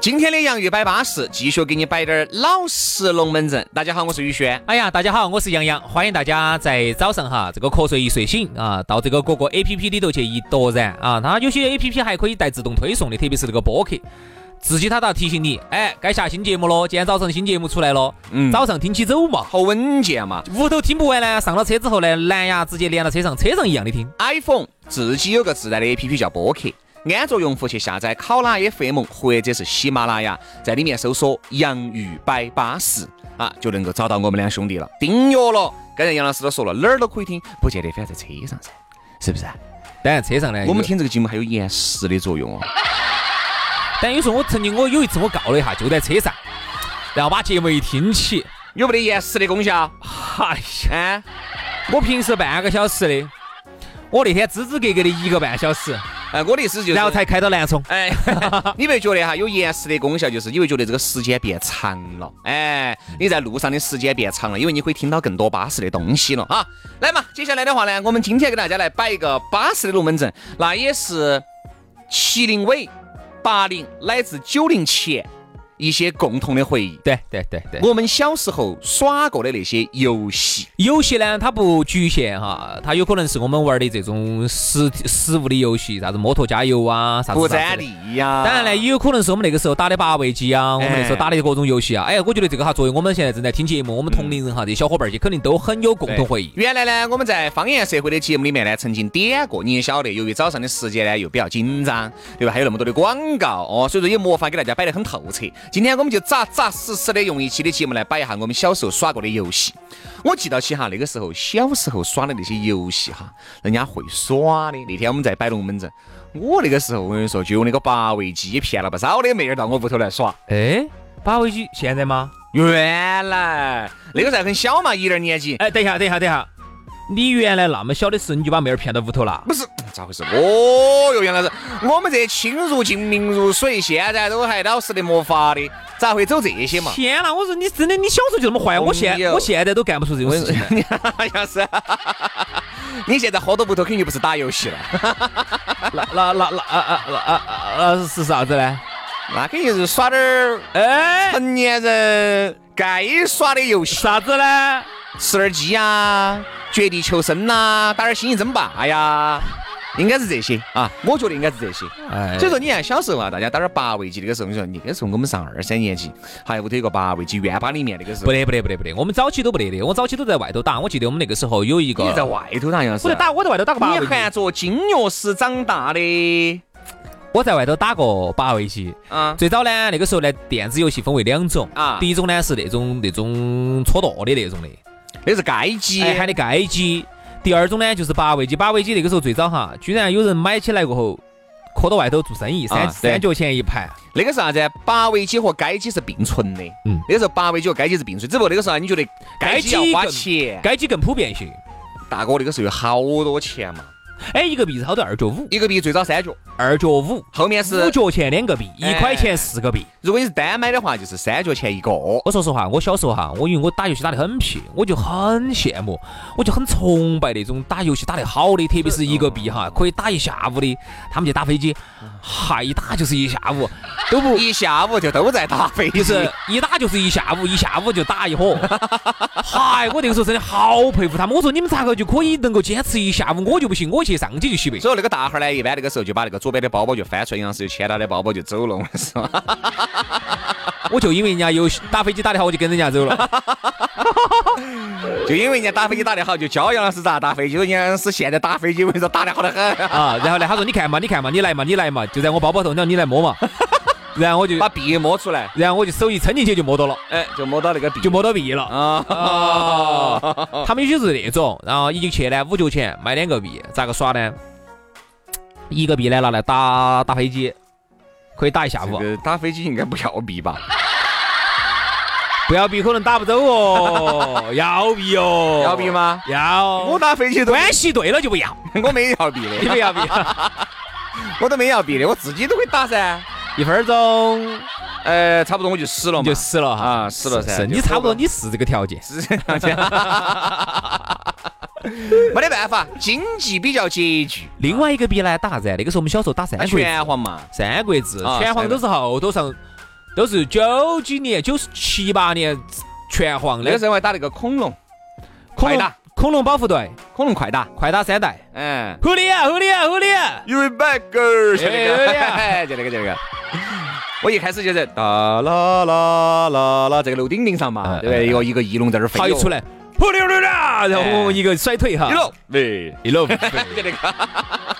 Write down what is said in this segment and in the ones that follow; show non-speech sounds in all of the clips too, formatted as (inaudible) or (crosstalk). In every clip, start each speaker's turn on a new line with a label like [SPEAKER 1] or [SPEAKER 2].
[SPEAKER 1] 今天的洋芋摆巴士，继续给你摆点儿老实龙门阵。大家好，我是宇轩。
[SPEAKER 2] 哎呀，大家好，我是杨洋，欢迎大家在早上哈，这个瞌睡一睡醒啊，到这个各个 A P P 里头去一踱然啊，它有些 A P P 还可以带自动推送的，特别是那个播客，自己它倒提醒你，哎，该下新节目喽，今天早上新节目出来了，
[SPEAKER 1] 嗯
[SPEAKER 2] 早上听起走嘛，
[SPEAKER 1] 好稳健嘛
[SPEAKER 2] 屋头听不完呢，上了车之后呢，蓝牙直接连到车上，车上一样的听。
[SPEAKER 1] ，iPhone 自己有个自带的 APP 叫播客，安卓用户去下载考拉 FM 或者是喜马拉雅，在里面搜索“洋芋摆巴士”啊，就能够找到我们两兄弟了。订阅了，刚才杨老师都说了，哪儿都可以听，不见得非要在车上噻，是不是？
[SPEAKER 2] 当然车上呢，
[SPEAKER 1] 我们
[SPEAKER 2] 有，
[SPEAKER 1] 听这个节目还有延时的作用哦。
[SPEAKER 2] 但有时候我曾经我有一次我告了一下，就在车上，然后把节目一听起，
[SPEAKER 1] 有没得延时的功效？
[SPEAKER 2] 哎呀。
[SPEAKER 1] 啊，
[SPEAKER 2] 我平时半个小时的，我那天支支格格的一个半小时，
[SPEAKER 1] 哎，我的意思就是，
[SPEAKER 2] 然后才开到南充。 (laughs)
[SPEAKER 1] 哎，你别觉得哈有延时的功效，就是你会觉得这个时间变长了，哎，
[SPEAKER 2] 嗯
[SPEAKER 1] 你在路上的时间变长了，因为你可以听到更多巴适的东西了哈。来嘛，接下来的话呢，我们今天给大家来摆一个巴适的龙门阵，那也是七零尾、八零乃至九零前一些共同的回忆。
[SPEAKER 2] 对对对对，
[SPEAKER 1] 我们小时候耍过的那些游戏，
[SPEAKER 2] 有些呢它不局限哈，它有可能是我们玩的这种实实物的游戏，啥子摩托加油啊，啥子
[SPEAKER 1] 不
[SPEAKER 2] 啥
[SPEAKER 1] 沾
[SPEAKER 2] 子的。
[SPEAKER 1] 地呀。
[SPEAKER 2] 当然呢，也有可能是我们那个时候打的八位机啊，我们那时候打的各种游戏啊。哎，我觉得这个哈，作为我们现在正在听节目，我们同龄人哈，这些小伙伴儿些肯定都很有共同回忆。
[SPEAKER 1] 原来呢，我们在方言社会的节目里面呢，曾经点过，你也晓得，由于早上的时间呢又比较紧张，对吧？还有那么多的广告哦，所以说也没法给大家摆得很透彻。今天我们就扎扎实实的用一期的节目来摆一下我们小时候耍过的游戏。我记到起哈，那个时候小时候耍的那些游戏哈，人家会耍的。那天我们在摆龙门阵，我那个时候我跟你说，就用那个八位机骗了不少的妹儿到我屋头来耍。
[SPEAKER 2] 哎，八位机现在吗？
[SPEAKER 1] 原来那个时候还很小嘛，一点年级，
[SPEAKER 2] 哎，等一下，等一下，等一下，你原来那么小的时候你就把妹儿骗到屋头了？
[SPEAKER 1] 不是咋回事？哦哟，杨老师，我们这亲如镜，明如水，现在都还老实的没法的，咋会走这 (laughs) 些嘛？
[SPEAKER 2] 天呐，我说你真的，你小时候就这么坏，我现
[SPEAKER 1] 朋友
[SPEAKER 2] 我现在都干不出这种事情来。
[SPEAKER 1] 杨老师，你现在喝到屋头肯定就不是打游戏了，
[SPEAKER 2] 那那那那啊啊啊啊啊是啥子呢？
[SPEAKER 1] (laughs) 那肯定是耍点儿
[SPEAKER 2] 哎，
[SPEAKER 1] 成年人该耍的游戏，
[SPEAKER 2] 啥子呢？
[SPEAKER 1] 吃点儿鸡呀，绝地求生呐、打点儿星际争霸哎呀，应该是这些啊，我觉得应该是这些。
[SPEAKER 2] 哎
[SPEAKER 1] 所以说，你看小时候啊，大家打点八位机那个时候，你说那个时候我们上二三年级，还有屋头有个八位机院坝里面那个时
[SPEAKER 2] 不
[SPEAKER 1] 候，
[SPEAKER 2] 得不得不得不得，我们早期都不得的，我早期都在外头打。我记得我们那个时候有一个，
[SPEAKER 1] 你在外头打杨
[SPEAKER 2] 我
[SPEAKER 1] 是
[SPEAKER 2] 在？打，我在外头打个八
[SPEAKER 1] 你
[SPEAKER 2] 位
[SPEAKER 1] 含
[SPEAKER 2] 机，
[SPEAKER 1] 着金钥匙长大的
[SPEAKER 2] 我在外头打过八位机。
[SPEAKER 1] 啊！
[SPEAKER 2] 最早呢，那个时候呢，电子游戏分为两种
[SPEAKER 1] 啊
[SPEAKER 2] 第一种呢是那种那种搓舵的那种的，
[SPEAKER 1] 那是街机，
[SPEAKER 2] 哎喊的街机。第二种呢就是八位机，八位机那个时候最早哈，居然有人买起来过后，搁到外头做生意，
[SPEAKER 1] 啊
[SPEAKER 2] 三
[SPEAKER 1] 对
[SPEAKER 2] 三角钱一盘。
[SPEAKER 1] 那个是啥子？八位机和街机是并存的。
[SPEAKER 2] 嗯
[SPEAKER 1] 那个时候八位机和街机是并存，只不过那个时候啊你觉得街机要花钱，
[SPEAKER 2] 街机更普遍一些。
[SPEAKER 1] 大哥那个时候有好多钱嘛，
[SPEAKER 2] 哎，一个币是好多二角五，
[SPEAKER 1] 一个币最早三角，
[SPEAKER 2] 二角五，
[SPEAKER 1] 后面
[SPEAKER 2] 五
[SPEAKER 1] 是
[SPEAKER 2] 角钱两个币，
[SPEAKER 1] 哎
[SPEAKER 2] 一块钱四个币。
[SPEAKER 1] 如果你是单买的话，就是三角钱一个。
[SPEAKER 2] 我说实话，我小时候哈，我因为我打游戏打得很屁，我就很羡慕，我就很崇拜那种打游戏打得好的，特别是一个币哈，可以打一下午的。他们去打飞机，嗨，一打就是一下午，都不。
[SPEAKER 1] 一下午就都在打飞机，
[SPEAKER 2] 就是一打就是一下午，一下午就打一伙。嗨，我那个时候真的好佩服他们。我说你们咋个就可以能够坚持一下午，我就不行，我去上街就洗白。
[SPEAKER 1] 所以那个大汉儿呢，一般那个时候就把那个左边的包包就翻出来，杨老师就牵他的包包就走了，我跟你说。
[SPEAKER 2] 我就因为人家游戏打飞机打得好，我就跟人家走了。
[SPEAKER 1] 就因为人家打飞机打得好，就教杨老师咋打飞机。说杨老师现在打飞机，我跟你说打得好得很。
[SPEAKER 2] (laughs) 啊，然后呢，他说你看嘛，你看嘛，你来嘛，你来嘛，就在我包包头，你让你来摸嘛。 (laughs) 然后我就，
[SPEAKER 1] 把币摸出来，
[SPEAKER 2] 然后我就手一撑进去就摸到了，
[SPEAKER 1] 哎，就摸到那个币，
[SPEAKER 2] 就摸到币了。
[SPEAKER 1] 哦啊，
[SPEAKER 2] 哦，他们有些是那种，然后一进去呢，五角钱买两个币，咋个耍呢？一个币呢拿来打打飞机，可以打一下午
[SPEAKER 1] 这，个打飞机应该不要币吧？
[SPEAKER 2] 不要币可能打不
[SPEAKER 1] (laughs)
[SPEAKER 2] 走哦，要币哦，
[SPEAKER 1] 要币？吗？
[SPEAKER 2] 要，
[SPEAKER 1] 我打飞机都
[SPEAKER 2] 关系对了就不要，
[SPEAKER 1] 我没要币
[SPEAKER 2] 你
[SPEAKER 1] 的，
[SPEAKER 2] 不要 (laughs) 币。
[SPEAKER 1] 我都没要币的，我自己都会打噻。
[SPEAKER 2] 一分钟
[SPEAKER 1] 呃，差不多我就死了
[SPEAKER 2] 你
[SPEAKER 1] 嘛
[SPEAKER 2] 就，死了哈，
[SPEAKER 1] 啊死了噻
[SPEAKER 2] 是
[SPEAKER 1] 就
[SPEAKER 2] 你差
[SPEAKER 1] 活
[SPEAKER 2] 不多，
[SPEAKER 1] 不
[SPEAKER 2] 你是这个条件。
[SPEAKER 1] 是这样子 (laughs) 没得办法，经济比较拮据，
[SPEAKER 2] 另外一个币呢，打啥子啊？那个时候我们小时候打三
[SPEAKER 1] 那
[SPEAKER 2] 国志，
[SPEAKER 1] 拳皇嘛，
[SPEAKER 2] 三国志，
[SPEAKER 1] 啊
[SPEAKER 2] 拳皇都是后头上，都是九几年、九七八年拳皇
[SPEAKER 1] 那个
[SPEAKER 2] 的
[SPEAKER 1] 时候还打那个恐龙，
[SPEAKER 2] 恐
[SPEAKER 1] 快
[SPEAKER 2] 龙
[SPEAKER 1] 打
[SPEAKER 2] 恐龙保护队，
[SPEAKER 1] 恐龙快打，
[SPEAKER 2] 快打三代，
[SPEAKER 1] 嗯。
[SPEAKER 2] 狐狸啊，狐狸啊，狐狸啊，
[SPEAKER 1] You are back，girl，就那
[SPEAKER 2] 哎有点
[SPEAKER 1] 个， (laughs) 就那个，就那个。我一开始就是哒啦啦啦啦，这个楼顶顶上嘛，
[SPEAKER 2] 嗯
[SPEAKER 1] 对不对？一个哎一个翼龙在那儿飞，
[SPEAKER 2] 好一出
[SPEAKER 1] 来，
[SPEAKER 2] 来，狐狸噜啦，然后
[SPEAKER 1] 哎
[SPEAKER 2] 啊哦一个甩腿哈
[SPEAKER 1] 一，龙，喂，
[SPEAKER 2] 一路。
[SPEAKER 1] 就那个， (laughs)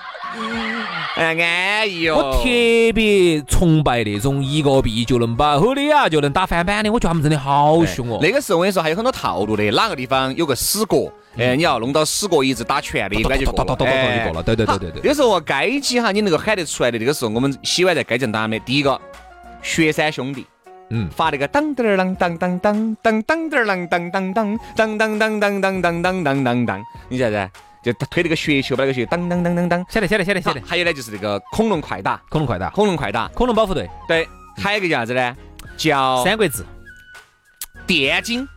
[SPEAKER 1] 哎，安逸哦。
[SPEAKER 2] (laughs) 我特别崇拜那种一个币就能把狐狸啊就能打翻版的，我觉得他们真的好
[SPEAKER 1] 对
[SPEAKER 2] 凶哦。
[SPEAKER 1] 那个时候我跟你说，还有很多套路的，哪个地方有个死角，哎，你要弄到死角一直打拳的，应该就过了。哎
[SPEAKER 2] 就过了，对对对
[SPEAKER 1] 好
[SPEAKER 2] 对对。
[SPEAKER 1] 有时候街机哈，你能够喊得出来的，那个时候我们喜欢在街上打的。第一个，雪山兄弟，
[SPEAKER 2] 嗯
[SPEAKER 1] 发那个当当啷当当当当当当啷当当当当当当当当当当当当当，你晓得噻？就推那个雪球，把那个雪当当当当当。
[SPEAKER 2] 晓得晓得晓得晓
[SPEAKER 1] 好
[SPEAKER 2] 得，
[SPEAKER 1] 还有呢，就是那个恐龙快打，
[SPEAKER 2] 恐龙快打，
[SPEAKER 1] 恐龙快打，
[SPEAKER 2] 恐龙保护队，
[SPEAKER 1] 对，还有一个叫啥子呢？叫
[SPEAKER 2] 三国志，
[SPEAKER 1] 电竞，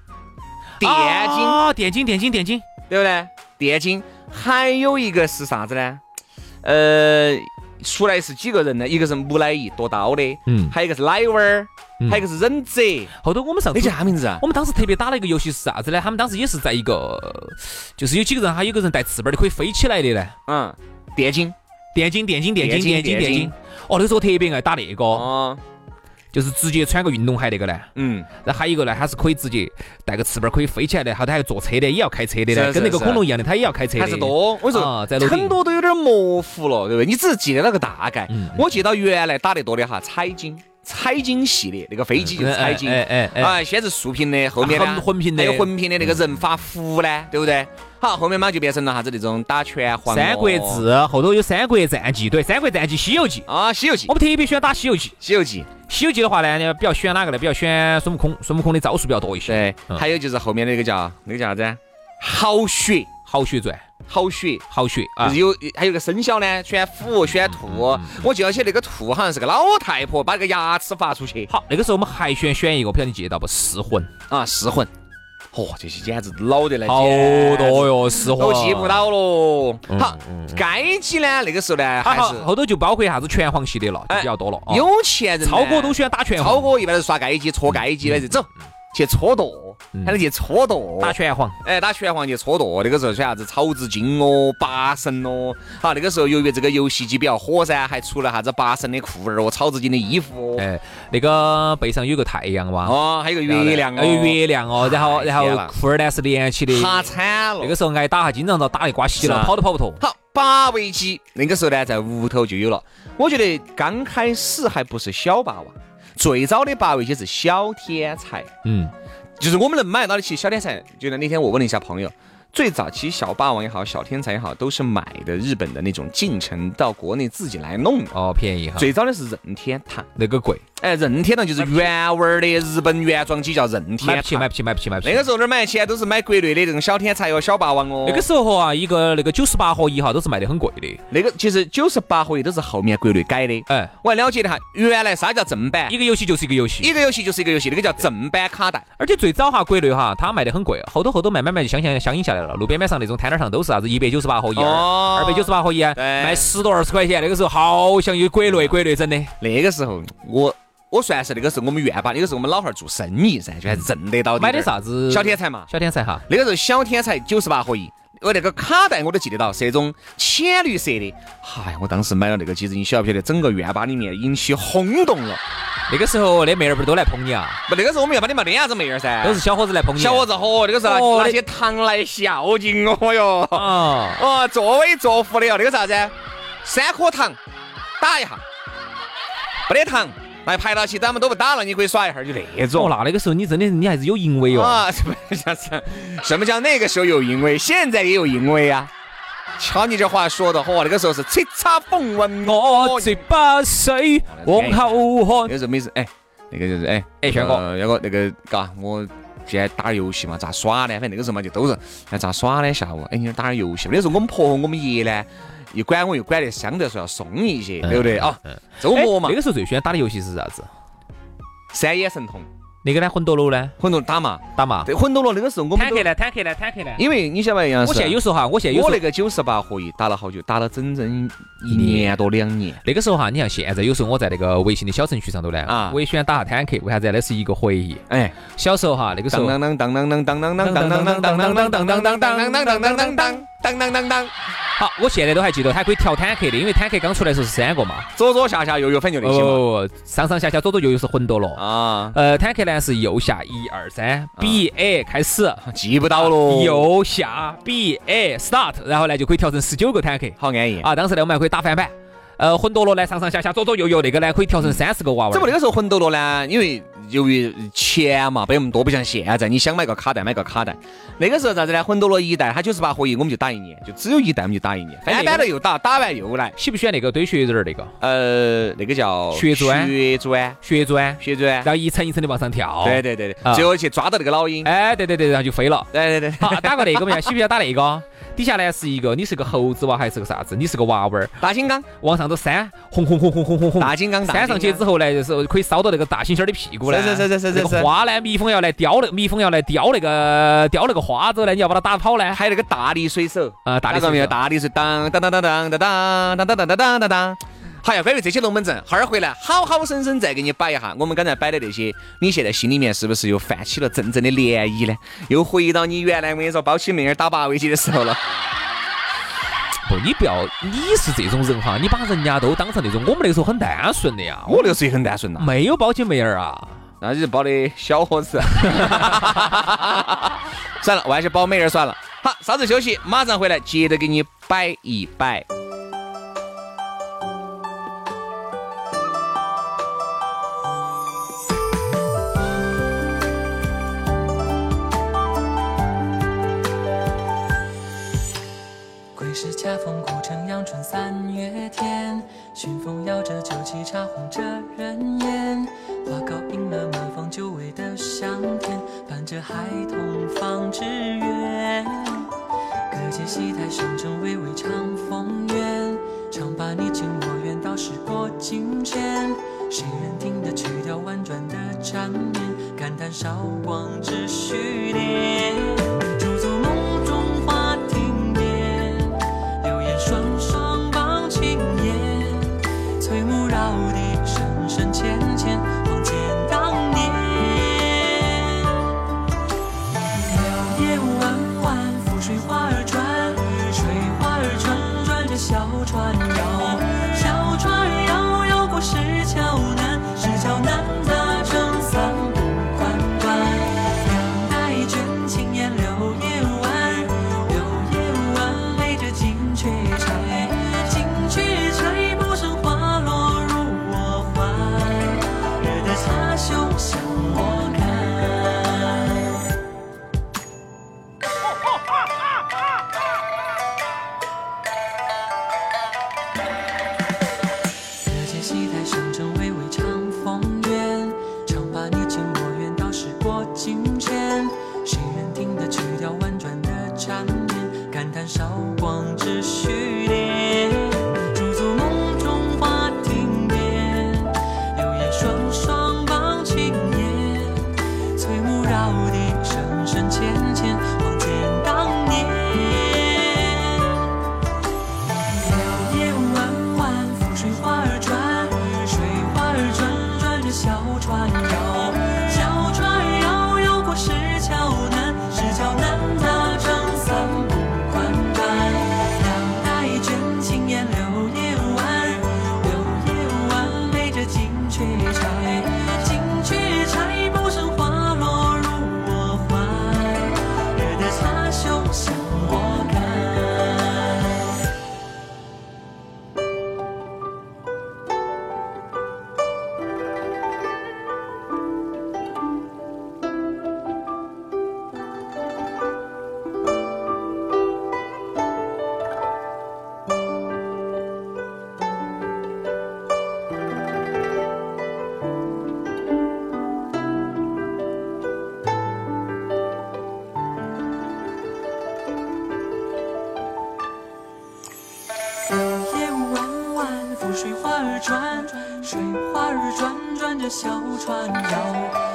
[SPEAKER 1] 电竞。
[SPEAKER 2] 啊，电竞电竞电竞，
[SPEAKER 1] 对不对？电竞还有一个是啥子呢？呃，出来是几个人呢？一个是木乃伊夺刀的，
[SPEAKER 2] 嗯
[SPEAKER 1] 还有一个是奶娃儿，
[SPEAKER 2] 嗯
[SPEAKER 1] 还有一个是忍者，
[SPEAKER 2] 后头我们上
[SPEAKER 1] 那叫
[SPEAKER 2] 次。
[SPEAKER 1] 啥名字啊？
[SPEAKER 2] 我们当时特别打了一个游戏是啥子呢？他们当时也是在一个，就是有几个人，还有个人带翅膀的可以飞起来的呢。
[SPEAKER 1] 嗯，电竞
[SPEAKER 2] 电竞电竞电竞
[SPEAKER 1] 电
[SPEAKER 2] 电
[SPEAKER 1] 竞
[SPEAKER 2] 竞电竞。哦，那时候我特别爱打那个，
[SPEAKER 1] 哦，
[SPEAKER 2] 就是直接穿个运动鞋那个呢。
[SPEAKER 1] 嗯，
[SPEAKER 2] 那还有一个呢，它是可以直接带个翅膀可以飞起来的，后头还有坐车的，也要开车的
[SPEAKER 1] 是
[SPEAKER 2] 呢，
[SPEAKER 1] 是
[SPEAKER 2] 跟那个
[SPEAKER 1] 是
[SPEAKER 2] 恐龙一样的，它也要开车的。
[SPEAKER 1] 还是多。我说
[SPEAKER 2] 啊在楼顶
[SPEAKER 1] 很多都有点模糊了，对不对？你只是记得那个大概
[SPEAKER 2] 嗯。
[SPEAKER 1] 我记到原来打得多的哈，彩金。彩金系列那个飞机就是彩金，
[SPEAKER 2] 哎哎哎哎啊
[SPEAKER 1] 啊，先是竖屏的，后面呢
[SPEAKER 2] 横横屏的嗯
[SPEAKER 1] 还有横屏的那个人法服呢，对不对？好，后面嘛就变成了啥子那种打拳皇哦、
[SPEAKER 2] 三国志啊后头有三国战记，对，三国战记、西游记，
[SPEAKER 1] 啊，《西游记》
[SPEAKER 2] 我
[SPEAKER 1] 《
[SPEAKER 2] 们特别喜欢打西游记。
[SPEAKER 1] 西游记》
[SPEAKER 2] 西游记的话呢，比较喜欢哪个呢？比较喜欢孙悟空，孙悟空的招数比较多一些。
[SPEAKER 1] 对，
[SPEAKER 2] 嗯
[SPEAKER 1] 还有就是后面那个叫那个叫啥子？好雪，
[SPEAKER 2] 好血赚，
[SPEAKER 1] 好雪。
[SPEAKER 2] 好血
[SPEAKER 1] 就
[SPEAKER 2] 啊嗯
[SPEAKER 1] 是！有还有个生肖呢，选虎选兔。我记得起那个兔好像是个老太婆，把那个牙齿拔出去
[SPEAKER 2] 好，那个时候我们还选选一个，不晓得你记得到不？噬魂，
[SPEAKER 1] 啊，噬魂。哦，这些简直老得来，
[SPEAKER 2] 好多
[SPEAKER 1] 哟，
[SPEAKER 2] 哟，噬魂。
[SPEAKER 1] 都记不。到喽。好
[SPEAKER 2] 嗯，
[SPEAKER 1] 街机呢，那个时候呢
[SPEAKER 2] 啊，
[SPEAKER 1] 还
[SPEAKER 2] 好，
[SPEAKER 1] 是
[SPEAKER 2] 后头就包括啥子拳皇系列了，就
[SPEAKER 1] 哎
[SPEAKER 2] 比较多了。啊
[SPEAKER 1] 有钱人呢，
[SPEAKER 2] 超哥都喜欢打拳
[SPEAKER 1] 超
[SPEAKER 2] 皇，
[SPEAKER 1] 哥一般都是耍街机、搓街机的，就走去搓舵，
[SPEAKER 2] 嗯
[SPEAKER 1] 还能去搓舵，
[SPEAKER 2] 打拳皇。
[SPEAKER 1] 哎，打拳皇去搓舵，那个时候选啥子草字经哦、八神哦，好，那个时候由于这个游戏机比较火噻，还出了啥子八神的裤儿哦、草字经的衣服哦，
[SPEAKER 2] 哎，那个背上有个太阳哇，
[SPEAKER 1] 哦，还有个月亮哦，
[SPEAKER 2] 还有月亮哦，然后
[SPEAKER 1] 哎
[SPEAKER 2] 然后
[SPEAKER 1] 天哪
[SPEAKER 2] 裤儿呢是连起的。
[SPEAKER 1] 哈惨
[SPEAKER 2] 那
[SPEAKER 1] 了
[SPEAKER 2] 个。时候挨打，还经常遭打一瓜稀
[SPEAKER 1] 是
[SPEAKER 2] 了，
[SPEAKER 1] 啊
[SPEAKER 2] 跑都跑不脱。
[SPEAKER 1] 好，八位机那个时候呢，在屋头就有了。我觉得刚开始还不是小霸王，最早的八位机是小天才，
[SPEAKER 2] 嗯，
[SPEAKER 1] 就是我们能买到的。其实小天才，就那那天我问了一下朋友，最早其实小霸王也好，小天才也好，都是买的日本的那种进城到国内自己来弄的。
[SPEAKER 2] 哦，便宜哈，
[SPEAKER 1] 最早的是任天堂，
[SPEAKER 2] 那个贵，
[SPEAKER 1] 哎，任天堂就是原味儿的日本原装机叫任天
[SPEAKER 2] 买不起，买
[SPEAKER 1] 堂。
[SPEAKER 2] 不起，买不起，买不起。
[SPEAKER 1] 啊那个时候哪儿买得起啊？都是买国内的这种小天才哟、小霸王哦。
[SPEAKER 2] 那个时候啊，一个那个九十八合一哈都是卖得很贵的，
[SPEAKER 1] 那个其实九十八合一都是后面国内改的。
[SPEAKER 2] 哎，
[SPEAKER 1] 我还了解了一下，原来啥叫正版
[SPEAKER 2] 一？个游戏就是一个游戏，
[SPEAKER 1] 一个游戏就是一个游戏，那个叫正版卡带。
[SPEAKER 2] 而且最早哈国内哈它卖得很贵，后头后头慢慢慢就相相相应下来了，路边摊上那种摊摊上都是啥子一百九十八合一，
[SPEAKER 1] 哦
[SPEAKER 2] 二百九十八合一，卖十多二十块钱，那个时候好像有国内国内整的，
[SPEAKER 1] 那个时候我。我算是那个时候我们院坝，那个时候我们老汉儿做生意噻，就还是挣得到
[SPEAKER 2] 买的
[SPEAKER 1] 点儿
[SPEAKER 2] 啥子
[SPEAKER 1] 小天才嘛，
[SPEAKER 2] 小天才哈，
[SPEAKER 1] 那个时候小天才九十八合一，我那个卡带我都记得到，是那种浅绿色的。嗨，我当时买了那个机子，你晓不晓得整个院坝里面引起轰动了？
[SPEAKER 2] 那个时候那妹儿不是都来捧你啊，
[SPEAKER 1] 不，那个时候我们院坝里没得啥子妹儿噻，
[SPEAKER 2] 都是小伙子来捧你，啊
[SPEAKER 1] 小伙
[SPEAKER 2] 子
[SPEAKER 1] 子伙，那个时候
[SPEAKER 2] 哦
[SPEAKER 1] 拿些糖来孝敬我哟。
[SPEAKER 2] 啊，
[SPEAKER 1] 哦，作威作福的哟，那个啥子？三颗糖打一下，不得糖来排到起，咱们都不打了，你可以耍一下儿，就那种
[SPEAKER 2] 哦，。那那个时候你真的是你还是有淫威哦。
[SPEAKER 1] 啊， (laughs) 什么叫什么叫那个时候有淫威？现在也有淫威啊！瞧你这话说的，嚯，那个时候是叱咤风云。哦
[SPEAKER 2] 我这把水往后
[SPEAKER 1] 那
[SPEAKER 2] 喝，
[SPEAKER 1] 个时候没事，哎，那个就是哎
[SPEAKER 2] 哎轩哥
[SPEAKER 1] 呃，要个那个嘎，我今天打游戏嘛，咋耍呢？反正那个时候嘛，就都是哎咋耍呢？下午哎，你这打点游戏。那时候我们婆和我们爷呢，又管我又管得相对来说要松一些，对不对啊？周末嘛
[SPEAKER 2] 哎那，个时候最喜欢打的游戏是啥子？
[SPEAKER 1] 三眼神童，
[SPEAKER 2] 那个呢？魂斗罗呢？
[SPEAKER 1] 混头打嘛，
[SPEAKER 2] 打嘛？
[SPEAKER 1] 对，混斗罗那个时候我们
[SPEAKER 2] 坦
[SPEAKER 1] 都
[SPEAKER 2] 克，呢？坦克呢？坦克呢？
[SPEAKER 1] 因为你晓得吧，杨老师，
[SPEAKER 2] 我现在有时候哈，我现在有
[SPEAKER 1] 我
[SPEAKER 2] 时
[SPEAKER 1] 那
[SPEAKER 2] 候
[SPEAKER 1] 个九十八合一打了好久，打了整整一年多两年。
[SPEAKER 2] 那个时候哈，你像现在有时候我在那个微信的小程序上头呢，
[SPEAKER 1] 啊
[SPEAKER 2] 我也喜欢打下坦克，为啥子呢？那是一个回忆。
[SPEAKER 1] 哎，
[SPEAKER 2] 小时候哈，那个时
[SPEAKER 1] 当
[SPEAKER 2] 候
[SPEAKER 1] 当当当当当当当当当当当当当当当当当当当当当当当当当，
[SPEAKER 2] 好，我现在都还记得，它还可以调坦克的，因为坦克刚出来的时候是三个
[SPEAKER 1] (laughs)
[SPEAKER 2] 嘛，
[SPEAKER 1] 左左下下右右，反正就那些嘛。
[SPEAKER 2] 哦，上上下下左左右右是魂斗罗。
[SPEAKER 1] 啊，
[SPEAKER 2] 呃，坦克呢是右下一二三，B A 开始，
[SPEAKER 1] 记啊不到喽。
[SPEAKER 2] 右下 B A start，然后呢就可以调成十九个坦克
[SPEAKER 1] 好安逸。
[SPEAKER 2] 啊。当时呢我们还可以打翻版，呃，魂斗罗呢上上下下左左右右那个呢可以调成三十个娃娃
[SPEAKER 1] 只
[SPEAKER 2] 儿。
[SPEAKER 1] 不啊过那个时候魂斗罗呢，因为由于钱嘛没那么多，不像现在，你想买个卡带买个卡带。那个时候啥子呢？魂斗罗一代它九十八合一，我们就打一年，就只有一代我们就打一年，
[SPEAKER 2] 哎
[SPEAKER 1] 翻版了又打，打完又来。
[SPEAKER 2] 喜不喜欢那个堆雪人儿那个
[SPEAKER 1] 呃，那个叫啊
[SPEAKER 2] 血砖
[SPEAKER 1] 血砖，
[SPEAKER 2] 血砖，
[SPEAKER 1] 血砖
[SPEAKER 2] 然。后一层一层的往上跳。
[SPEAKER 1] 啊对对对对，
[SPEAKER 2] 啊
[SPEAKER 1] 最后去抓到那个老鹰。
[SPEAKER 2] 哎，对对对，然后就飞了。
[SPEAKER 1] 对对对，
[SPEAKER 2] 好，打个那个嘛，喜不喜欢打那个？底下呢是一个，你是个猴子娃还是个啥子？你是个娃娃儿，
[SPEAKER 1] 大金刚，
[SPEAKER 2] 往上头扇，轰轰轰轰轰轰轰，
[SPEAKER 1] 大金刚，
[SPEAKER 2] 扇哦上去之
[SPEAKER 1] 后，
[SPEAKER 2] 后呢，就是可以烧到那个大猩猩的屁股呢。
[SPEAKER 1] 是是是是是
[SPEAKER 2] 那个花呢，蜜蜂要来叼那，蜜蜂要来叼那个叼那个花之后呢，你要把它打跑呢。
[SPEAKER 1] 还有那个大力水手，
[SPEAKER 2] 啊，大力
[SPEAKER 1] 个没有？
[SPEAKER 2] 水手
[SPEAKER 1] 大力水当当当当当当当当当当当当当当。好呀，关于这些龙门阵，哈儿回来好好生生再给你摆一下。我们刚才摆的那些，你现在心里面是不是又泛起了阵阵的涟漪呢？又回到你原来我跟你说包起妹儿打八位机的时候了。
[SPEAKER 2] 不，你不要，你是这种人哈，你把人家都当成那种，我们那个时候很单纯的呀，
[SPEAKER 1] 我那个时候也很单纯呐，
[SPEAKER 2] 没有包姐妹儿啊。
[SPEAKER 1] 那就是包的小伙子。算了，我还是包妹儿算了。好，稍事休息，马上回来接着给你摆一摆。
[SPEAKER 3] 归时恰逢古城阳春三月天，熏风摇着酒旗，茶红着人烟。花糕映了满坊久违的香甜，伴着孩童放纸鸢。隔街戏台上正娓娓唱风月，唱罢你情我愿，到时过境迁。谁人听得曲调婉转的缠绵，感叹韶光只虚蝶。驻足梦中花亭边，柳眼双双望青烟。翠幕绕地，深深浅浅，望见当年。柳叶弯弯，拂水花儿转，水花儿转转着小船摇，小船摇摇过石桥南，石桥南搭成三步关关，两代卷青烟柳叶弯，柳叶弯垒着金雀钗，金雀钗不胜花落入我怀，惹得他凶向我看。隔街戏台上正娓娓唱风月，唱罢你情我愿，到时过境迁。谁人听得曲调婉转的缠绵，感叹韶光只虚蝶。驻足梦中花亭边，柳叶双双望青烟，翠幕绕地，深深浅浅，望见当年。柳叶弯弯，拂水花儿转，水花儿转转着小船摇，小船摇摇过石桥南，石桥南搭成三步关关，两代水花儿转转着小船摇，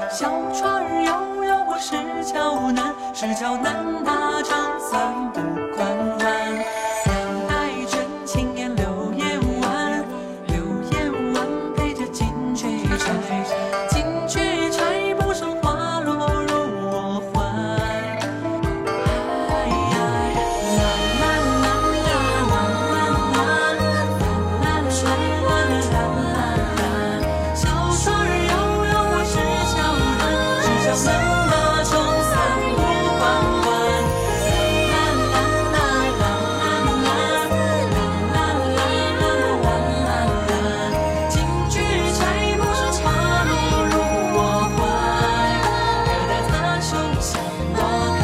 [SPEAKER 3] 小船儿摇摇过石桥南，石桥南大长三不管弯，两代真青年柳叶弯，柳叶弯陪着金雀钗，金雀钗不上花落入我怀。小船儿摇摇我石桥南，石桥南那愁三五弯弯。啦啦啦啦啦啦，啦啦啦啦啦啦，金菊柴不是茶落入我怀，热带他手向我开。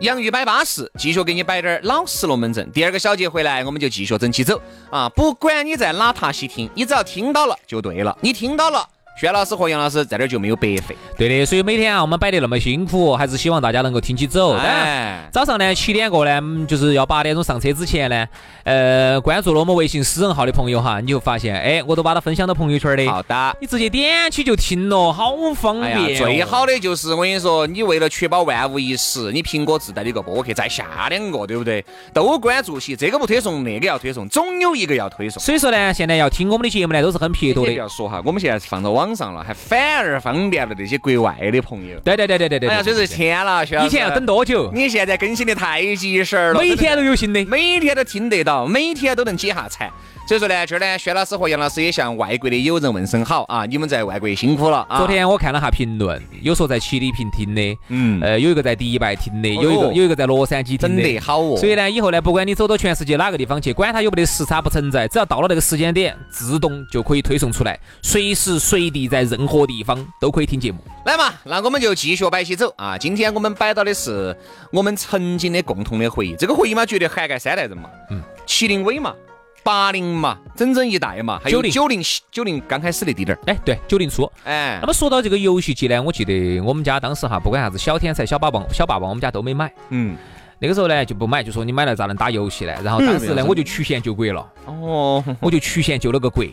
[SPEAKER 1] 洋芋摆巴适，继续给你摆点儿老实龙门阵。第二个小节回来，我们就继续整起走啊！不管你在哪塔西听，你只要听到了就对了。你听到了，轩老师和杨老师在这儿就没有白费。
[SPEAKER 2] 对的，所以每天啊，我们摆得那么辛苦，还是希望大家能够听起走。当然，
[SPEAKER 1] 哎，
[SPEAKER 2] 早上呢七点过呢，嗯就是要八点钟上车之前呢，呃，关注了我们微信私人号的朋友哈，你就发现，哎，我都把它分享到朋友圈的。
[SPEAKER 1] 好的。
[SPEAKER 2] 你直接点起就听了，好哎方
[SPEAKER 1] 哎
[SPEAKER 2] 便哦、
[SPEAKER 1] 呀，最好的就是我跟你说，你为了确保万无一失，你苹果自带的一个播客，再下两个，对不对？都关注起，这个不推送，那个要推送，总有一个要推送。
[SPEAKER 2] 所以说呢，现在要听我们的节目呢，都是很撇脱
[SPEAKER 1] 不
[SPEAKER 2] 的。
[SPEAKER 1] 要说哈，我们现在是放到网上了，还反而方便了那些国外的朋友。
[SPEAKER 2] 对对对对对对。
[SPEAKER 1] 哎呀，
[SPEAKER 2] 对
[SPEAKER 1] 真
[SPEAKER 2] 对
[SPEAKER 1] 是天了，薛老师
[SPEAKER 2] 以前要等多久？
[SPEAKER 1] (laughs) 你现在更新的太及时了，
[SPEAKER 2] 每天都有新的。
[SPEAKER 1] 每天都听得到，每天都能解下馋。所以说呢，这儿呢，薛老师和杨老师也向外国的友人问声好啊，你们在外国辛苦了啊。
[SPEAKER 2] 昨天我看了下评论，有说在七里坪听的，
[SPEAKER 1] 嗯
[SPEAKER 2] 呃，有一个在迪拜听的，
[SPEAKER 1] 哦
[SPEAKER 2] 有一个有一个在洛杉矶听
[SPEAKER 1] 真
[SPEAKER 2] 的
[SPEAKER 1] 的。好哦，
[SPEAKER 2] 所以呢，以后呢，不管你走到全世界哪个地方去，管它有没得时差不存在，只要到了那个时间点，自动就可以推送出来，随时随地在任何地方都可以听节目。
[SPEAKER 1] 来嘛，那我们就继续摆起走啊。今天我们摆到的是我们曾经的共同的回忆，这个回忆嘛，绝对涵盖三代人嘛，嗯，七零尾嘛，八零嘛，整整一代嘛，还有
[SPEAKER 2] 90
[SPEAKER 1] 九零九零刚开始的弟弟儿，
[SPEAKER 2] 哎，对，九零初。
[SPEAKER 1] 哎
[SPEAKER 2] 那，么啊说到这个游戏机呢，我记得我们家当时哈，不管啥子小天才、小霸王、小霸王，我们家都没买。
[SPEAKER 1] 嗯，
[SPEAKER 2] 那个时候呢就不买，就说你买了咋能打游戏呢？然后当时呢我就曲线救国了，
[SPEAKER 1] 哦，
[SPEAKER 2] 我就曲线救了个国。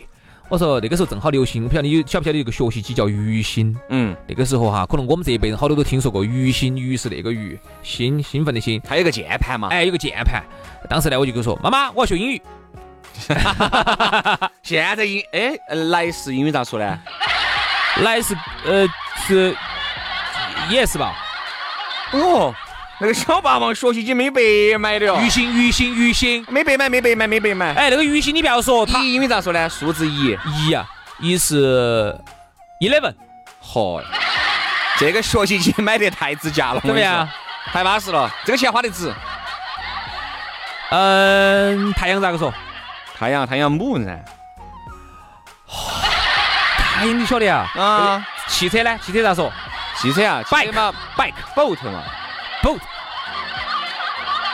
[SPEAKER 2] 我说那个时候正好流行，我不晓得你有晓不晓得有一个学习机叫鱼星。
[SPEAKER 1] 嗯，
[SPEAKER 2] 那个时候哈，可能我们这一辈人好多都听说过鱼星，鱼是那个鱼，兴兴奋的兴。
[SPEAKER 1] 还有个键盘嘛，
[SPEAKER 2] 哎，有个键盘。当时呢我就跟说妈妈我要学英语，
[SPEAKER 1] (laughs) 现在英哎来世英语咋说呢？
[SPEAKER 2] 来是呃是 yes 吧？
[SPEAKER 1] 哦，那个小霸王学习机没白买的哦，
[SPEAKER 2] 鱼星鱼星鱼星。
[SPEAKER 1] 没白买，没白买，没白买。
[SPEAKER 2] 哎，那个鱼星你不要说它
[SPEAKER 1] 一英语咋说呢？数字一，
[SPEAKER 2] 一呀，一是 eleven，
[SPEAKER 1] 嚯，这个学习机买得太值价了，
[SPEAKER 2] 怎么样？
[SPEAKER 1] 太巴适了，这个钱花得值。
[SPEAKER 2] 嗯，太阳咋个说？
[SPEAKER 1] 太阳太阳母噻，
[SPEAKER 2] 太阳你晓得啊？
[SPEAKER 1] 啊，
[SPEAKER 2] 汽车呢？汽车咋说
[SPEAKER 1] 汽车啊汽
[SPEAKER 2] Bike
[SPEAKER 1] 车嘛，bike boat 嘛，
[SPEAKER 2] ？boat。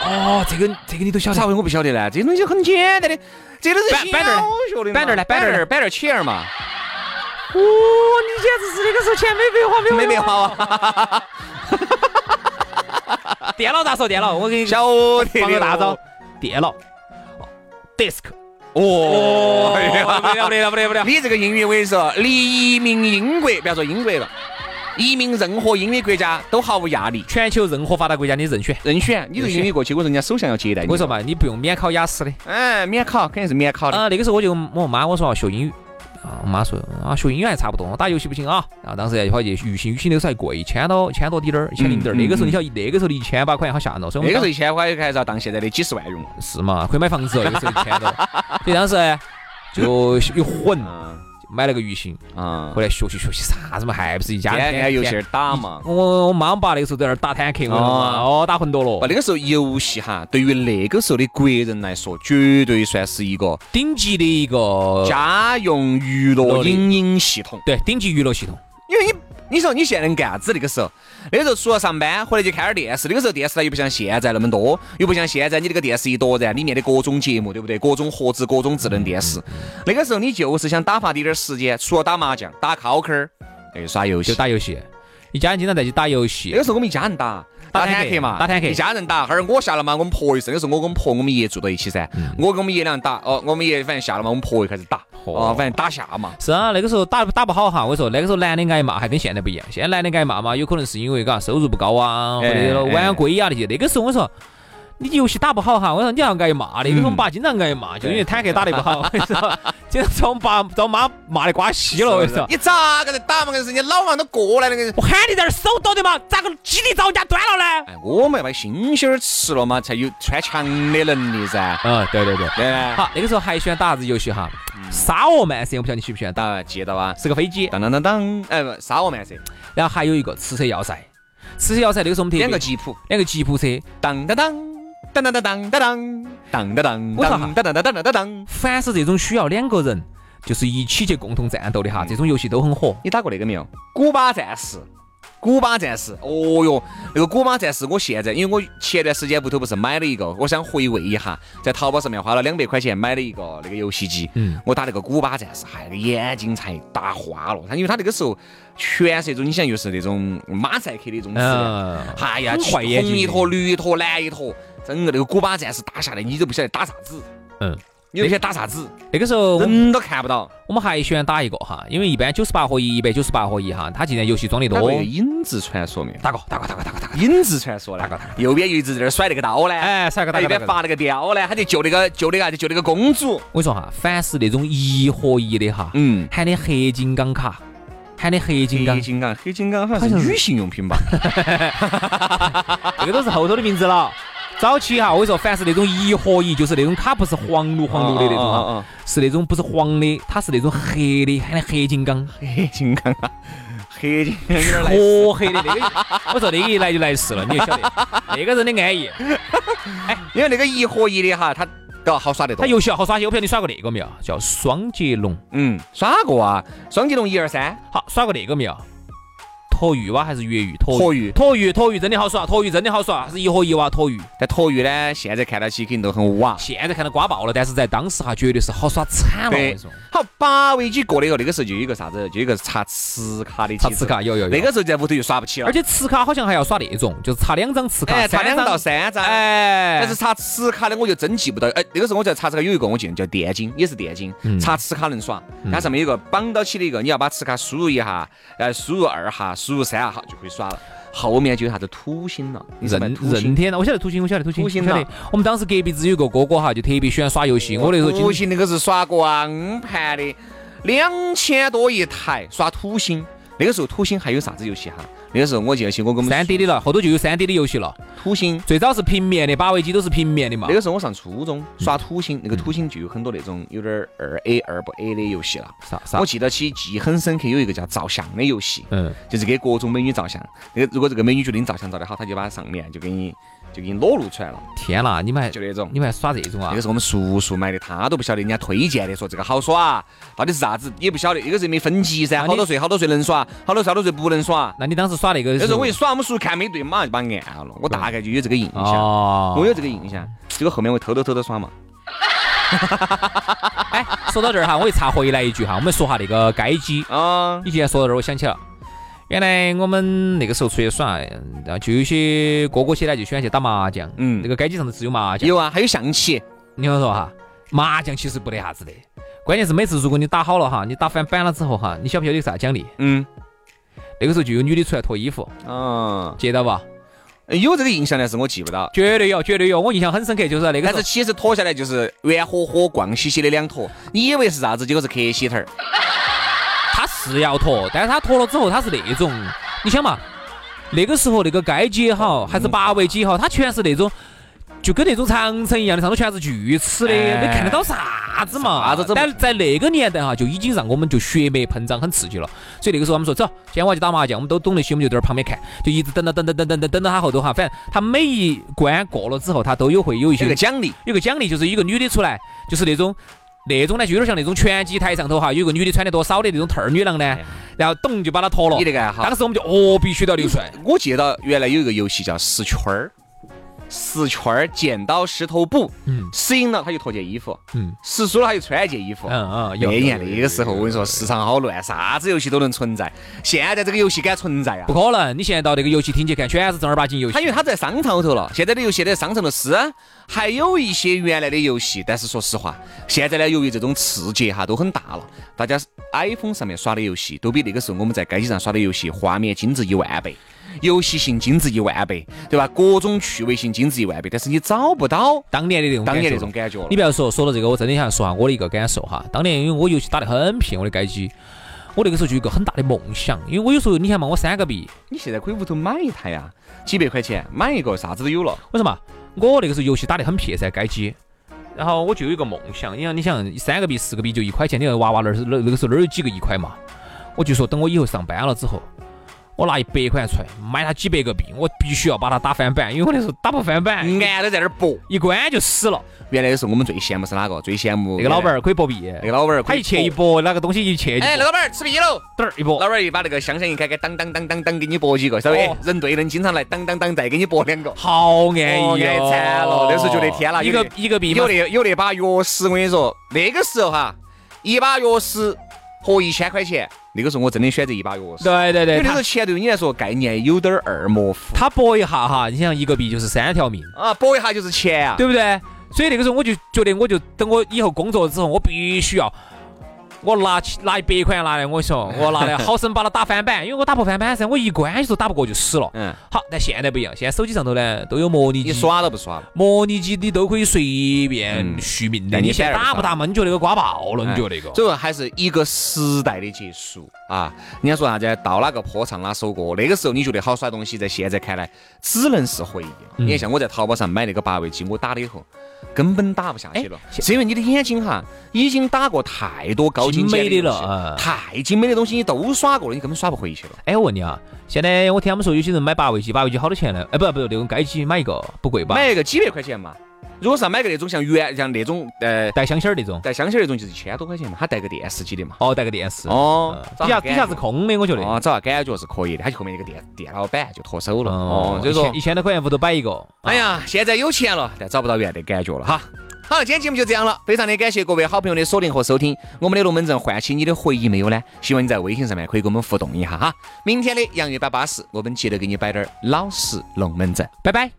[SPEAKER 2] 哦，这个这个你都晓
[SPEAKER 1] 咋
[SPEAKER 2] 得？
[SPEAKER 1] 会我不晓得呢？这东西很简单的，这都是
[SPEAKER 2] 板板凳儿呢
[SPEAKER 1] 学的嘛
[SPEAKER 2] 板凳儿呢
[SPEAKER 1] 板
[SPEAKER 2] 板凳儿
[SPEAKER 1] 凳
[SPEAKER 2] 呢
[SPEAKER 1] 儿板凳儿 chair 嘛，
[SPEAKER 2] 你简直是那个时候 (laughs) 钱没啊白花，
[SPEAKER 1] 没白花哇，
[SPEAKER 2] 电脑咋说？电脑，我给你
[SPEAKER 1] 晓得
[SPEAKER 2] 放
[SPEAKER 1] 的
[SPEAKER 2] 个大招
[SPEAKER 1] 哦。，
[SPEAKER 2] 电脑，desk。
[SPEAKER 1] 哦，哎呀
[SPEAKER 2] 不得了不得了不得了不得了！
[SPEAKER 1] 你这个英语，我跟你说，离移民英国，不要说英国了，移民任何英语国家都毫无压力。
[SPEAKER 2] 全球任何发达国家你任选。
[SPEAKER 1] 任选，你这个英语过去，我人家首相要接待
[SPEAKER 2] 我
[SPEAKER 1] 你。
[SPEAKER 2] 跟你说，嘛，你不用免考雅思的。啊
[SPEAKER 1] 哎，免考肯定是免考的。
[SPEAKER 2] 啊，那个时候我就问我妈，我说要学英语，啊，我妈说啊，学英语还差不多，打游戏不行啊。然后当时要跑去预训，预训那个时候还贵，一千多，一千多滴点儿，一千零点儿。那个时候你晓得，那个时候的一千把块钱好吓人哦。所以
[SPEAKER 1] 嗯
[SPEAKER 2] 我
[SPEAKER 1] 那
[SPEAKER 2] 们
[SPEAKER 1] 个时
[SPEAKER 2] 当
[SPEAKER 1] 候一千块还是要当现在的几十万用。
[SPEAKER 2] 是嘛，可以买房子哦，那个时候一
[SPEAKER 1] (laughs)
[SPEAKER 2] 千多。所以当时呢就又混，
[SPEAKER 1] 嗯
[SPEAKER 2] 就买了个鱼行，
[SPEAKER 1] 嗯，
[SPEAKER 2] 回来学习学习啥子嘛，还不是一家
[SPEAKER 1] 天天游戏儿打嘛。
[SPEAKER 2] 我我妈我爸那个时候在那儿打坦克，我跟你说嘛哦，打魂斗
[SPEAKER 1] 哇，
[SPEAKER 2] 罗，
[SPEAKER 1] 那个时候游戏哈，对于那个时候的国人来说，绝对算是一个呃
[SPEAKER 2] 顶级的一个
[SPEAKER 1] 家用娱乐影音系统。
[SPEAKER 2] 对顶级娱乐系统。
[SPEAKER 1] 因为你，你说你现在能干啥子？那个时候，那个时候除了上班，回来就看点电视。那个时候电视台又不像现在那么多，又不像现在你这个电视一夺燃，里面的各种节目，对不对？各种盒子，各种智能电视。那个时候你就是想打发滴点儿时间，除了打麻将、打 QQ，儿，哎，耍游戏
[SPEAKER 2] 就。打游戏，一家人经常在一起打游
[SPEAKER 1] 那
[SPEAKER 2] 戏
[SPEAKER 1] 个。时候我们一家人打
[SPEAKER 2] 打坦
[SPEAKER 1] 坦
[SPEAKER 2] 克
[SPEAKER 1] 克嘛，
[SPEAKER 2] 打坦克
[SPEAKER 1] 一家人打。后儿我下了嘛，我们婆一声，那个时候我跟我婆我们爷住到一起噻，
[SPEAKER 2] 嗯
[SPEAKER 1] 我跟我们爷俩打，哦，我们爷反正下了嘛，我们婆又开始打，
[SPEAKER 2] 哦
[SPEAKER 1] 哦，反正打下嘛。
[SPEAKER 2] 是啊，那个时候打打不好哈，我跟你说那个时候男的挨骂还跟现在不一样，现在男的挨骂嘛，有可能是因为嘎收入不高啊，或
[SPEAKER 1] 哎
[SPEAKER 2] 者晚归啊那些。那个时候我说。你游戏打不好哈，我说你要挨骂的，那个时候我们爸经常挨骂，就因为坦克打得不好，我 (laughs) 跟你说，经常遭我们爸遭我妈骂的瓜稀了，我跟你说。
[SPEAKER 1] 你咋个在打嘛？跟人家老王都过来了，跟人家
[SPEAKER 2] 我喊你在那儿手抖的嘛，咋个鸡腿遭人家端了呢？
[SPEAKER 1] 哎，我们要把星星儿吃了嘛，才有穿墙的能力噻。哎
[SPEAKER 2] 嗯，对对对。
[SPEAKER 1] 对吧？
[SPEAKER 2] 好，那个时候还喜欢打啥子游戏哈？沙俄曼射，我不晓得你喜不喜欢打，
[SPEAKER 1] 打记到啊，
[SPEAKER 2] 是个飞机，
[SPEAKER 1] 当当当当，哎，不，沙俄曼噻，
[SPEAKER 2] 然后还有一个磁车要塞，磁车要塞那个时候我们特别
[SPEAKER 1] 两个吉普，
[SPEAKER 2] 两个吉普车，
[SPEAKER 1] 当当当，当当当当当当，当当当，
[SPEAKER 2] 我说
[SPEAKER 1] 当
[SPEAKER 2] 哈
[SPEAKER 1] 当当当当当当。
[SPEAKER 2] 凡是这种需要两个人就是一起去共同战斗的哈，这种游戏都很火。
[SPEAKER 1] 你打过那个没有？古巴战士。古巴战士，哦哟，那个古巴战士，我现在因为我前段时间屋头不是买了一个，我想回味一下，在淘宝上面花了两百块钱买了一个那个游戏机，
[SPEAKER 2] 嗯
[SPEAKER 1] 我打那个古巴战士，还眼睛才打花了，他因为他那个时候全是那种，你想又是那种马赛克的那种质量，
[SPEAKER 2] 嗯，
[SPEAKER 1] 哎呀，
[SPEAKER 2] 很
[SPEAKER 1] 红
[SPEAKER 2] 快眼睛
[SPEAKER 1] 一坨，绿一坨，蓝一坨，整个那个古巴战士打下来，你都不晓得打啥子，
[SPEAKER 2] 嗯，
[SPEAKER 1] 你都不晓得打啥子，
[SPEAKER 2] 那个时候我们
[SPEAKER 1] 人都看不到，
[SPEAKER 2] 我们还喜欢打一个哈，因为一般九十八合一、一百九十八合一哈，它既然游戏装的
[SPEAKER 1] 打
[SPEAKER 2] 多
[SPEAKER 1] 过，影子传说没有？
[SPEAKER 2] 打过打过打过打过打过，
[SPEAKER 1] 影子传说呢
[SPEAKER 2] 大哥大，
[SPEAKER 1] 右边又一直在那儿甩那个刀呢，
[SPEAKER 2] 哎，啥个
[SPEAKER 1] 他
[SPEAKER 2] 打
[SPEAKER 1] 一
[SPEAKER 2] 过打
[SPEAKER 1] 边
[SPEAKER 2] 过。
[SPEAKER 1] 拔那个雕呢，他就救那个救那个啥子救那个公主，
[SPEAKER 2] 我跟你说哈，凡是那种一合一的哈，
[SPEAKER 1] 嗯，
[SPEAKER 2] 喊的黑金刚卡，喊的黑金刚
[SPEAKER 1] 黑，金刚，黑金刚好
[SPEAKER 2] 好
[SPEAKER 1] 像
[SPEAKER 2] 像
[SPEAKER 1] 是
[SPEAKER 2] 是
[SPEAKER 1] 女性用品吧？
[SPEAKER 2] 这个都是后头的名字了。早期哈，我跟你说，凡是那种一合一，就是那种卡不是黄绿
[SPEAKER 1] (laughs)
[SPEAKER 2] 黄绿的那种
[SPEAKER 1] 哦
[SPEAKER 2] 哈，，
[SPEAKER 1] 哦
[SPEAKER 2] 是那种不是黄的，它是那种黑的，喊的黑
[SPEAKER 1] (laughs)
[SPEAKER 2] 金刚。
[SPEAKER 1] 哦黑金刚啊，黑金刚有点来事
[SPEAKER 2] 哦黢黑的那个，我说那个一来就来事了，你就晓得那个人的
[SPEAKER 1] (laughs)
[SPEAKER 2] 安逸。
[SPEAKER 1] 因为那个一合一的哈，他搞好耍得多
[SPEAKER 2] 他。游戏好耍些，我不晓得你耍过那个没有，叫双截龙。
[SPEAKER 1] 嗯，耍过啊，双截龙一二三，
[SPEAKER 2] 好，耍过那个没有？陀鱼哇还是越狱？
[SPEAKER 1] 陀
[SPEAKER 2] 陀
[SPEAKER 1] 鱼
[SPEAKER 2] 陀鱼，陀鱼真的好耍，陀鱼真的好耍，是一合一哇，陀鱼。
[SPEAKER 1] 但陀鱼呢，现在看到起肯定都很瓦。
[SPEAKER 2] 现在看到瓜爆了，但是在当时哈，绝对是好耍惨了。我跟
[SPEAKER 1] 对
[SPEAKER 2] 你说，，
[SPEAKER 1] 好，八位机过了以后，那个时候就有一个啥子，就有一个插磁卡的机
[SPEAKER 2] 插
[SPEAKER 1] 制
[SPEAKER 2] 磁，卡有有有。
[SPEAKER 1] 那个时候在屋头就耍不起了
[SPEAKER 2] 而。且磁卡好像还要耍那种，就是插两张磁卡，
[SPEAKER 1] 哎，插两
[SPEAKER 2] 张
[SPEAKER 1] 到。三张，
[SPEAKER 2] 哎，
[SPEAKER 1] 但是插磁卡的我就真记不到。哎，那个时候我在插这个有一个我记得叫电竞，也是电竞，
[SPEAKER 2] 嗯
[SPEAKER 1] 插磁卡能耍。它上面有个绑到起的一个，你要把磁卡输入一下，呃，输入二下，输入三下，好就可以耍了。后面就有啥子土星了，你
[SPEAKER 2] 任
[SPEAKER 1] 认土
[SPEAKER 2] 任
[SPEAKER 1] 星。
[SPEAKER 2] 天堂，啊我晓得土星，我晓得土星，
[SPEAKER 1] 土星
[SPEAKER 2] 我晓得
[SPEAKER 1] 呐。
[SPEAKER 2] 我们当时隔壁只有个哥哥哈，就特别喜欢耍游戏。我那时候经
[SPEAKER 1] 土星那个是耍光盘的，两千多一台耍土星。那个时候土星还有啥子游戏哈？那个时候我记得起我跟我们
[SPEAKER 2] 三 D 的了，后头就有三 D 的游戏了。
[SPEAKER 1] 土星。
[SPEAKER 2] 最早是平面的，八位机都是平面的嘛
[SPEAKER 1] 那。个时候我上初中
[SPEAKER 2] 嗯
[SPEAKER 1] 耍土星，那个土星就有很多那种有点儿二 A 二不 A 的游戏了。
[SPEAKER 2] 啥啥
[SPEAKER 1] 我？记得起记忆很深刻，有一个叫照相的游戏，
[SPEAKER 2] 嗯，
[SPEAKER 1] 就是给各种美女照相。那个如果这个美女觉得你照相照得好，她就把上面就给你就给你裸露出来了，
[SPEAKER 2] 天啦，你们还
[SPEAKER 1] 就那种
[SPEAKER 2] 你。们还耍这种
[SPEAKER 1] 那
[SPEAKER 2] 啊
[SPEAKER 1] 个？是我们叔叔买的，他都不晓得人家推荐的，说这个好耍，到底是啥子也不晓得。那个时候没分级噻，
[SPEAKER 2] 啊那你
[SPEAKER 1] 好多岁好多岁能耍，好多岁好多岁不能耍。
[SPEAKER 2] 那你当时耍那个
[SPEAKER 1] 那
[SPEAKER 2] 的
[SPEAKER 1] 时
[SPEAKER 2] 时
[SPEAKER 1] 候
[SPEAKER 2] 候？
[SPEAKER 1] 我一耍，我们叔叔看没对，马上就把我按了。我大概就有这个印象，
[SPEAKER 2] 哦，
[SPEAKER 1] 我有这个印象。结果后面我偷偷偷偷耍嘛，
[SPEAKER 2] 哎，说到这儿哈，我又插回来一句哈，我们说下那个街机。
[SPEAKER 1] 啊，
[SPEAKER 2] 你既然说到这儿，我想起了，原来我们那个时候出去耍，嗯然后就有些哥哥些呢就喜欢去打麻将。
[SPEAKER 1] 嗯
[SPEAKER 2] 那个街机上头只有麻将。
[SPEAKER 1] 有啊，还有象棋，
[SPEAKER 2] 你听我说哈，麻将其实不得啥子的，关键是每次如果你打好了哈，你打翻板了之后哈，你晓不晓得有啥奖励？
[SPEAKER 1] 嗯，
[SPEAKER 2] 那个时候就有女的出来脱衣服，
[SPEAKER 1] 啊，
[SPEAKER 2] 记得吧？
[SPEAKER 1] 哎有这个印象，但是我记不到。
[SPEAKER 2] 绝对有，绝对有，我印象很深刻，就是那个
[SPEAKER 1] 但
[SPEAKER 2] 时候
[SPEAKER 1] 是其实脱下来就是圆火火、逛兮兮的两坨，你以为是啥子，结果是克西头儿。
[SPEAKER 2] 是要脱，但是他脱了之后，他是那种，你想嘛，那个时候那个街机也
[SPEAKER 1] 嗯
[SPEAKER 2] 好，还是八位机也好，它全是那种。就跟那种长城一样的，上头全是锯齿的，
[SPEAKER 1] 哎
[SPEAKER 2] 你看得到啥子嘛？
[SPEAKER 1] 啥子都不
[SPEAKER 2] 但在那个年代哈，就已经让我们就血脉膨胀，很刺激了。所以那个时候我们说，走，今天晚上去打麻将，我们都懂那些，我们就在那儿旁边看，就一直等到等等等等等等到他后头哈，反正他每一关过了之后，他都有会有一些
[SPEAKER 1] 有个奖励，
[SPEAKER 2] 有个奖励，就是一个女的出来，就是那种那种呢，就有点像那种拳击台上头哈，有个女的穿得多少的那种特儿女郎呢
[SPEAKER 1] 哎呀，
[SPEAKER 2] 然后咚就把她脱了
[SPEAKER 1] 你。那个
[SPEAKER 2] 当
[SPEAKER 1] 哈，
[SPEAKER 2] 时我们就哦，必须得要留出来。
[SPEAKER 1] 我记得原来有一个游戏叫十圈儿，十圈儿剪刀石头布，
[SPEAKER 2] 嗯
[SPEAKER 1] 十赢了他就脱件衣服，
[SPEAKER 2] 嗯
[SPEAKER 1] 十输了他就穿一件衣服。哎
[SPEAKER 2] 嗯嗯，
[SPEAKER 1] 那
[SPEAKER 2] 有
[SPEAKER 1] 年那个时候，我跟你说，市场好乱，啥子游戏都能存在。现在这个游戏敢存在啊
[SPEAKER 2] 不？可能，你现在到那个游戏厅去看，全是正儿八经游戏
[SPEAKER 1] 他。因为他在商场头了，现在的游戏在商场头是，还有一些原来的游戏，但是说实话，现在呢，由于这种刺激哈都很大了，大家 iPhone 上面耍的游戏都比那个时候我们在街机上耍的游戏画面精致一万倍，游戏性精致一万倍，对吧？各种趣味性精致一万倍，但是你找不到
[SPEAKER 2] 当年的那种感
[SPEAKER 1] 当
[SPEAKER 2] 觉
[SPEAKER 1] 年那种感觉了
[SPEAKER 2] 你。不要说说到这个，我真的想说下我的一个感受哈。当年因为我游戏打得很拼，我的街机，我那个时候就有一个很大的梦想，因为我有时候你看嘛，我三个币，
[SPEAKER 1] 你现在可以屋头买一台呀，几百块钱买一个，啥子都有了。
[SPEAKER 2] 为什么？我那个时候游戏打得很撇噻，街机。然后我就有一个梦想，你想，你想三个币、四个币就一块钱，你看娃娃那儿是那那个时候哪儿有几个一块嘛？我就说等我以后上班了之后，我拿一百块钱出来买他几百个币，我必须要把它打翻版，因为我那时候打不翻版，
[SPEAKER 1] 俺都在那儿搏。
[SPEAKER 2] 一关就死了。
[SPEAKER 1] 原来的时候我们最羡慕是哪个？最羡慕
[SPEAKER 2] 那个老板，儿可以博币，
[SPEAKER 1] 那个老板儿可
[SPEAKER 2] 他
[SPEAKER 1] 以
[SPEAKER 2] 一切一搏，那个东西一切就
[SPEAKER 1] 哎，那
[SPEAKER 2] 嘚
[SPEAKER 1] 老板儿吃皮喽。
[SPEAKER 2] 儿一搏
[SPEAKER 1] 老。板儿一把那个香香一开开，当当当当当，给你剥几个，稍微
[SPEAKER 2] 哦
[SPEAKER 1] 人对人经常来，当当当再给你剥两个。
[SPEAKER 2] 好安
[SPEAKER 1] 哦
[SPEAKER 2] 逸
[SPEAKER 1] 安
[SPEAKER 2] 哦，
[SPEAKER 1] 逸惨了那时候觉得天啦
[SPEAKER 2] 一
[SPEAKER 1] 有
[SPEAKER 2] 个
[SPEAKER 1] 点
[SPEAKER 2] 一个币嘛
[SPEAKER 1] 有那有那把钥匙，我跟你说，那个时候哈，一把钥匙和一千块钱，那个时候我真的选择一把钥匙，
[SPEAKER 2] 对对
[SPEAKER 1] 因
[SPEAKER 2] 对，
[SPEAKER 1] 为那时
[SPEAKER 2] 他
[SPEAKER 1] 候钱对你来说概念有点儿二模糊
[SPEAKER 2] 他搏一下哈，你想一个币就是三条命，
[SPEAKER 1] 啊，剥一下就是钱啊。
[SPEAKER 2] 对不对？所以那个时候我就觉得，我就等我以后工作之后，我必须要。我拿起拿一百块钱拿来，我跟你说，我
[SPEAKER 1] (laughs)
[SPEAKER 2] 拿来好生把它打翻版，因为我打不翻版噻，我一关有时候打不过就死了。
[SPEAKER 1] 嗯，
[SPEAKER 2] 好，但现在不一样，现在手机上头呢都有模拟
[SPEAKER 1] 你
[SPEAKER 2] 机，
[SPEAKER 1] 耍都不耍了，
[SPEAKER 2] 模拟机你都可以随便
[SPEAKER 1] 嗯
[SPEAKER 2] 续命的。
[SPEAKER 1] 但你
[SPEAKER 2] 你现在
[SPEAKER 1] 反而不
[SPEAKER 2] 打不打嘛？你觉得那个瓜爆了？你觉得那个？
[SPEAKER 1] 哎所以说还是一个时代的结束啊。人家说啥子，到哪个坡唱哪首歌，那个时候你觉得好耍的东西，在现在看来只能是回忆了。你
[SPEAKER 2] 嗯
[SPEAKER 1] 看，像我在淘宝上买那个八位机，我打了以后。根本打不下去了，
[SPEAKER 2] 哎
[SPEAKER 1] 是因为你的眼睛哈，已经打过太多高精尖
[SPEAKER 2] 精美的
[SPEAKER 1] 东西
[SPEAKER 2] 了嗯
[SPEAKER 1] 太精美的东西你都耍过了，你根本耍不回去了。
[SPEAKER 2] 哎，我问你啊，现在我听他们说有些人买八位机，八位机好多钱呢？哎，不不，那种街机买一个不贵吧？
[SPEAKER 1] 买一个几百块钱嘛，如果是要买个那种像原像那种呃
[SPEAKER 2] 带香芯儿那种，
[SPEAKER 1] 带香芯儿那种，就是一千多块钱嘛，它带个电视机的嘛。
[SPEAKER 2] 哦，带个电视。
[SPEAKER 1] 哦
[SPEAKER 2] 嗯底下底下是空的，我觉得。
[SPEAKER 1] 哦，找下感觉是可以的，他就后面那个电电脑板就脱手了。
[SPEAKER 2] 哦
[SPEAKER 1] 哦，，所以说
[SPEAKER 2] 一千一，千多块钱屋头摆一个。
[SPEAKER 1] 哎呀，现在有钱了，但找不到原来的感觉了哈。好了，今天节目就这样了，非常的感谢各位好朋友的锁定和收听。我们的龙门阵唤起你的回忆没有呢？希望你在微信上面可以跟我们互动一下哈。明天的洋芋摆巴士，我们接着给你摆点儿老实龙门阵。
[SPEAKER 2] 拜拜。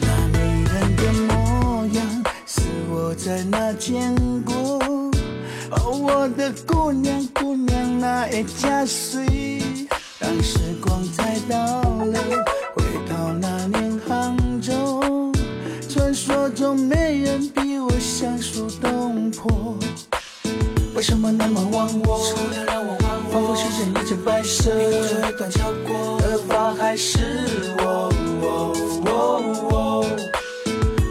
[SPEAKER 3] 那女人的模样是我在哪见过？哦，我的姑娘，姑娘那一家水。让时光再倒流，回到那年杭州，传说中没人比我相熟动魄。为什么那么忘我？除了让我忘我，仿佛时间一直白色，一个转短飘过，的发还是我。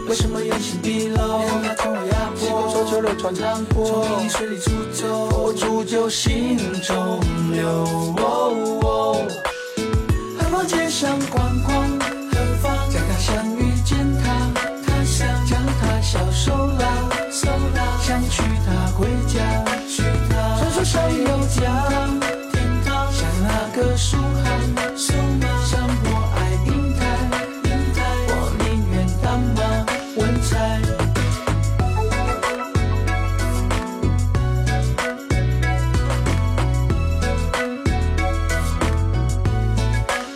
[SPEAKER 3] 为什么原形毕露？它将我压迫，西宫说秋流转江波，从泥水里出走，佛珠就心中留。哦哦何妨街上逛逛，何妨在他乡遇见他，他乡将他小手拉，手拉想娶她回家，娶她。传说山有天堂，天堂像那个书涵，书涵像我爱银台，银台我宁愿当马文采。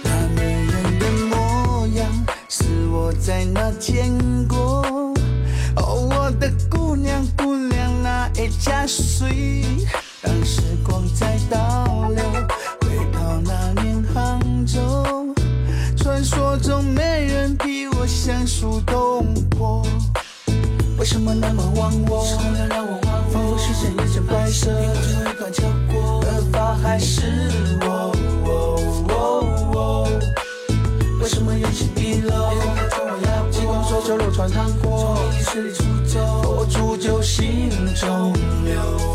[SPEAKER 3] 那女人的模样是我在哪见过？哦，我的姑娘，姑娘触动我。为什么那么忘我？仿佛时间一阵白色，因为断交过，而发还是我。为什么原形毕露？极光说就流传糖果，从水里出走，佛珠就心中留。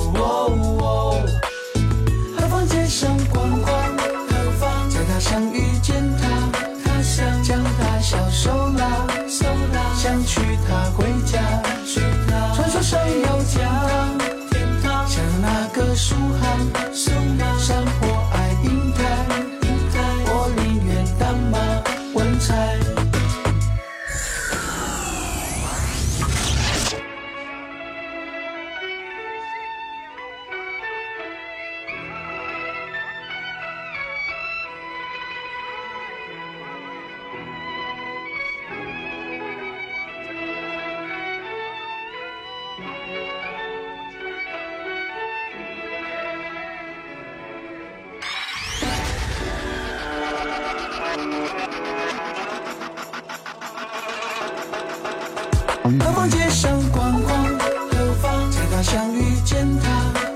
[SPEAKER 3] 何妨街上逛逛，何妨在他乡遇见他，他乡将他小手拉，手拉想娶她回家，娶她传说上有天堂，天堂像那个苏杭，苏杭山坡爱银台，银台我宁愿当马文采。何妨街上逛逛，何妨在他乡遇见他，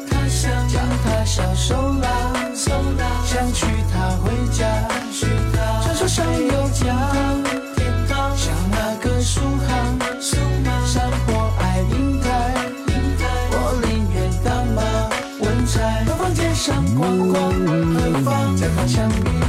[SPEAKER 3] 他乡将他小手拉，手拉想娶她回家，娶她传说上有家，天堂像那个苏杭，苏杭山坡爱银台，银台我宁愿当马文采。何妨街上逛逛，何妨在他乡遇。啊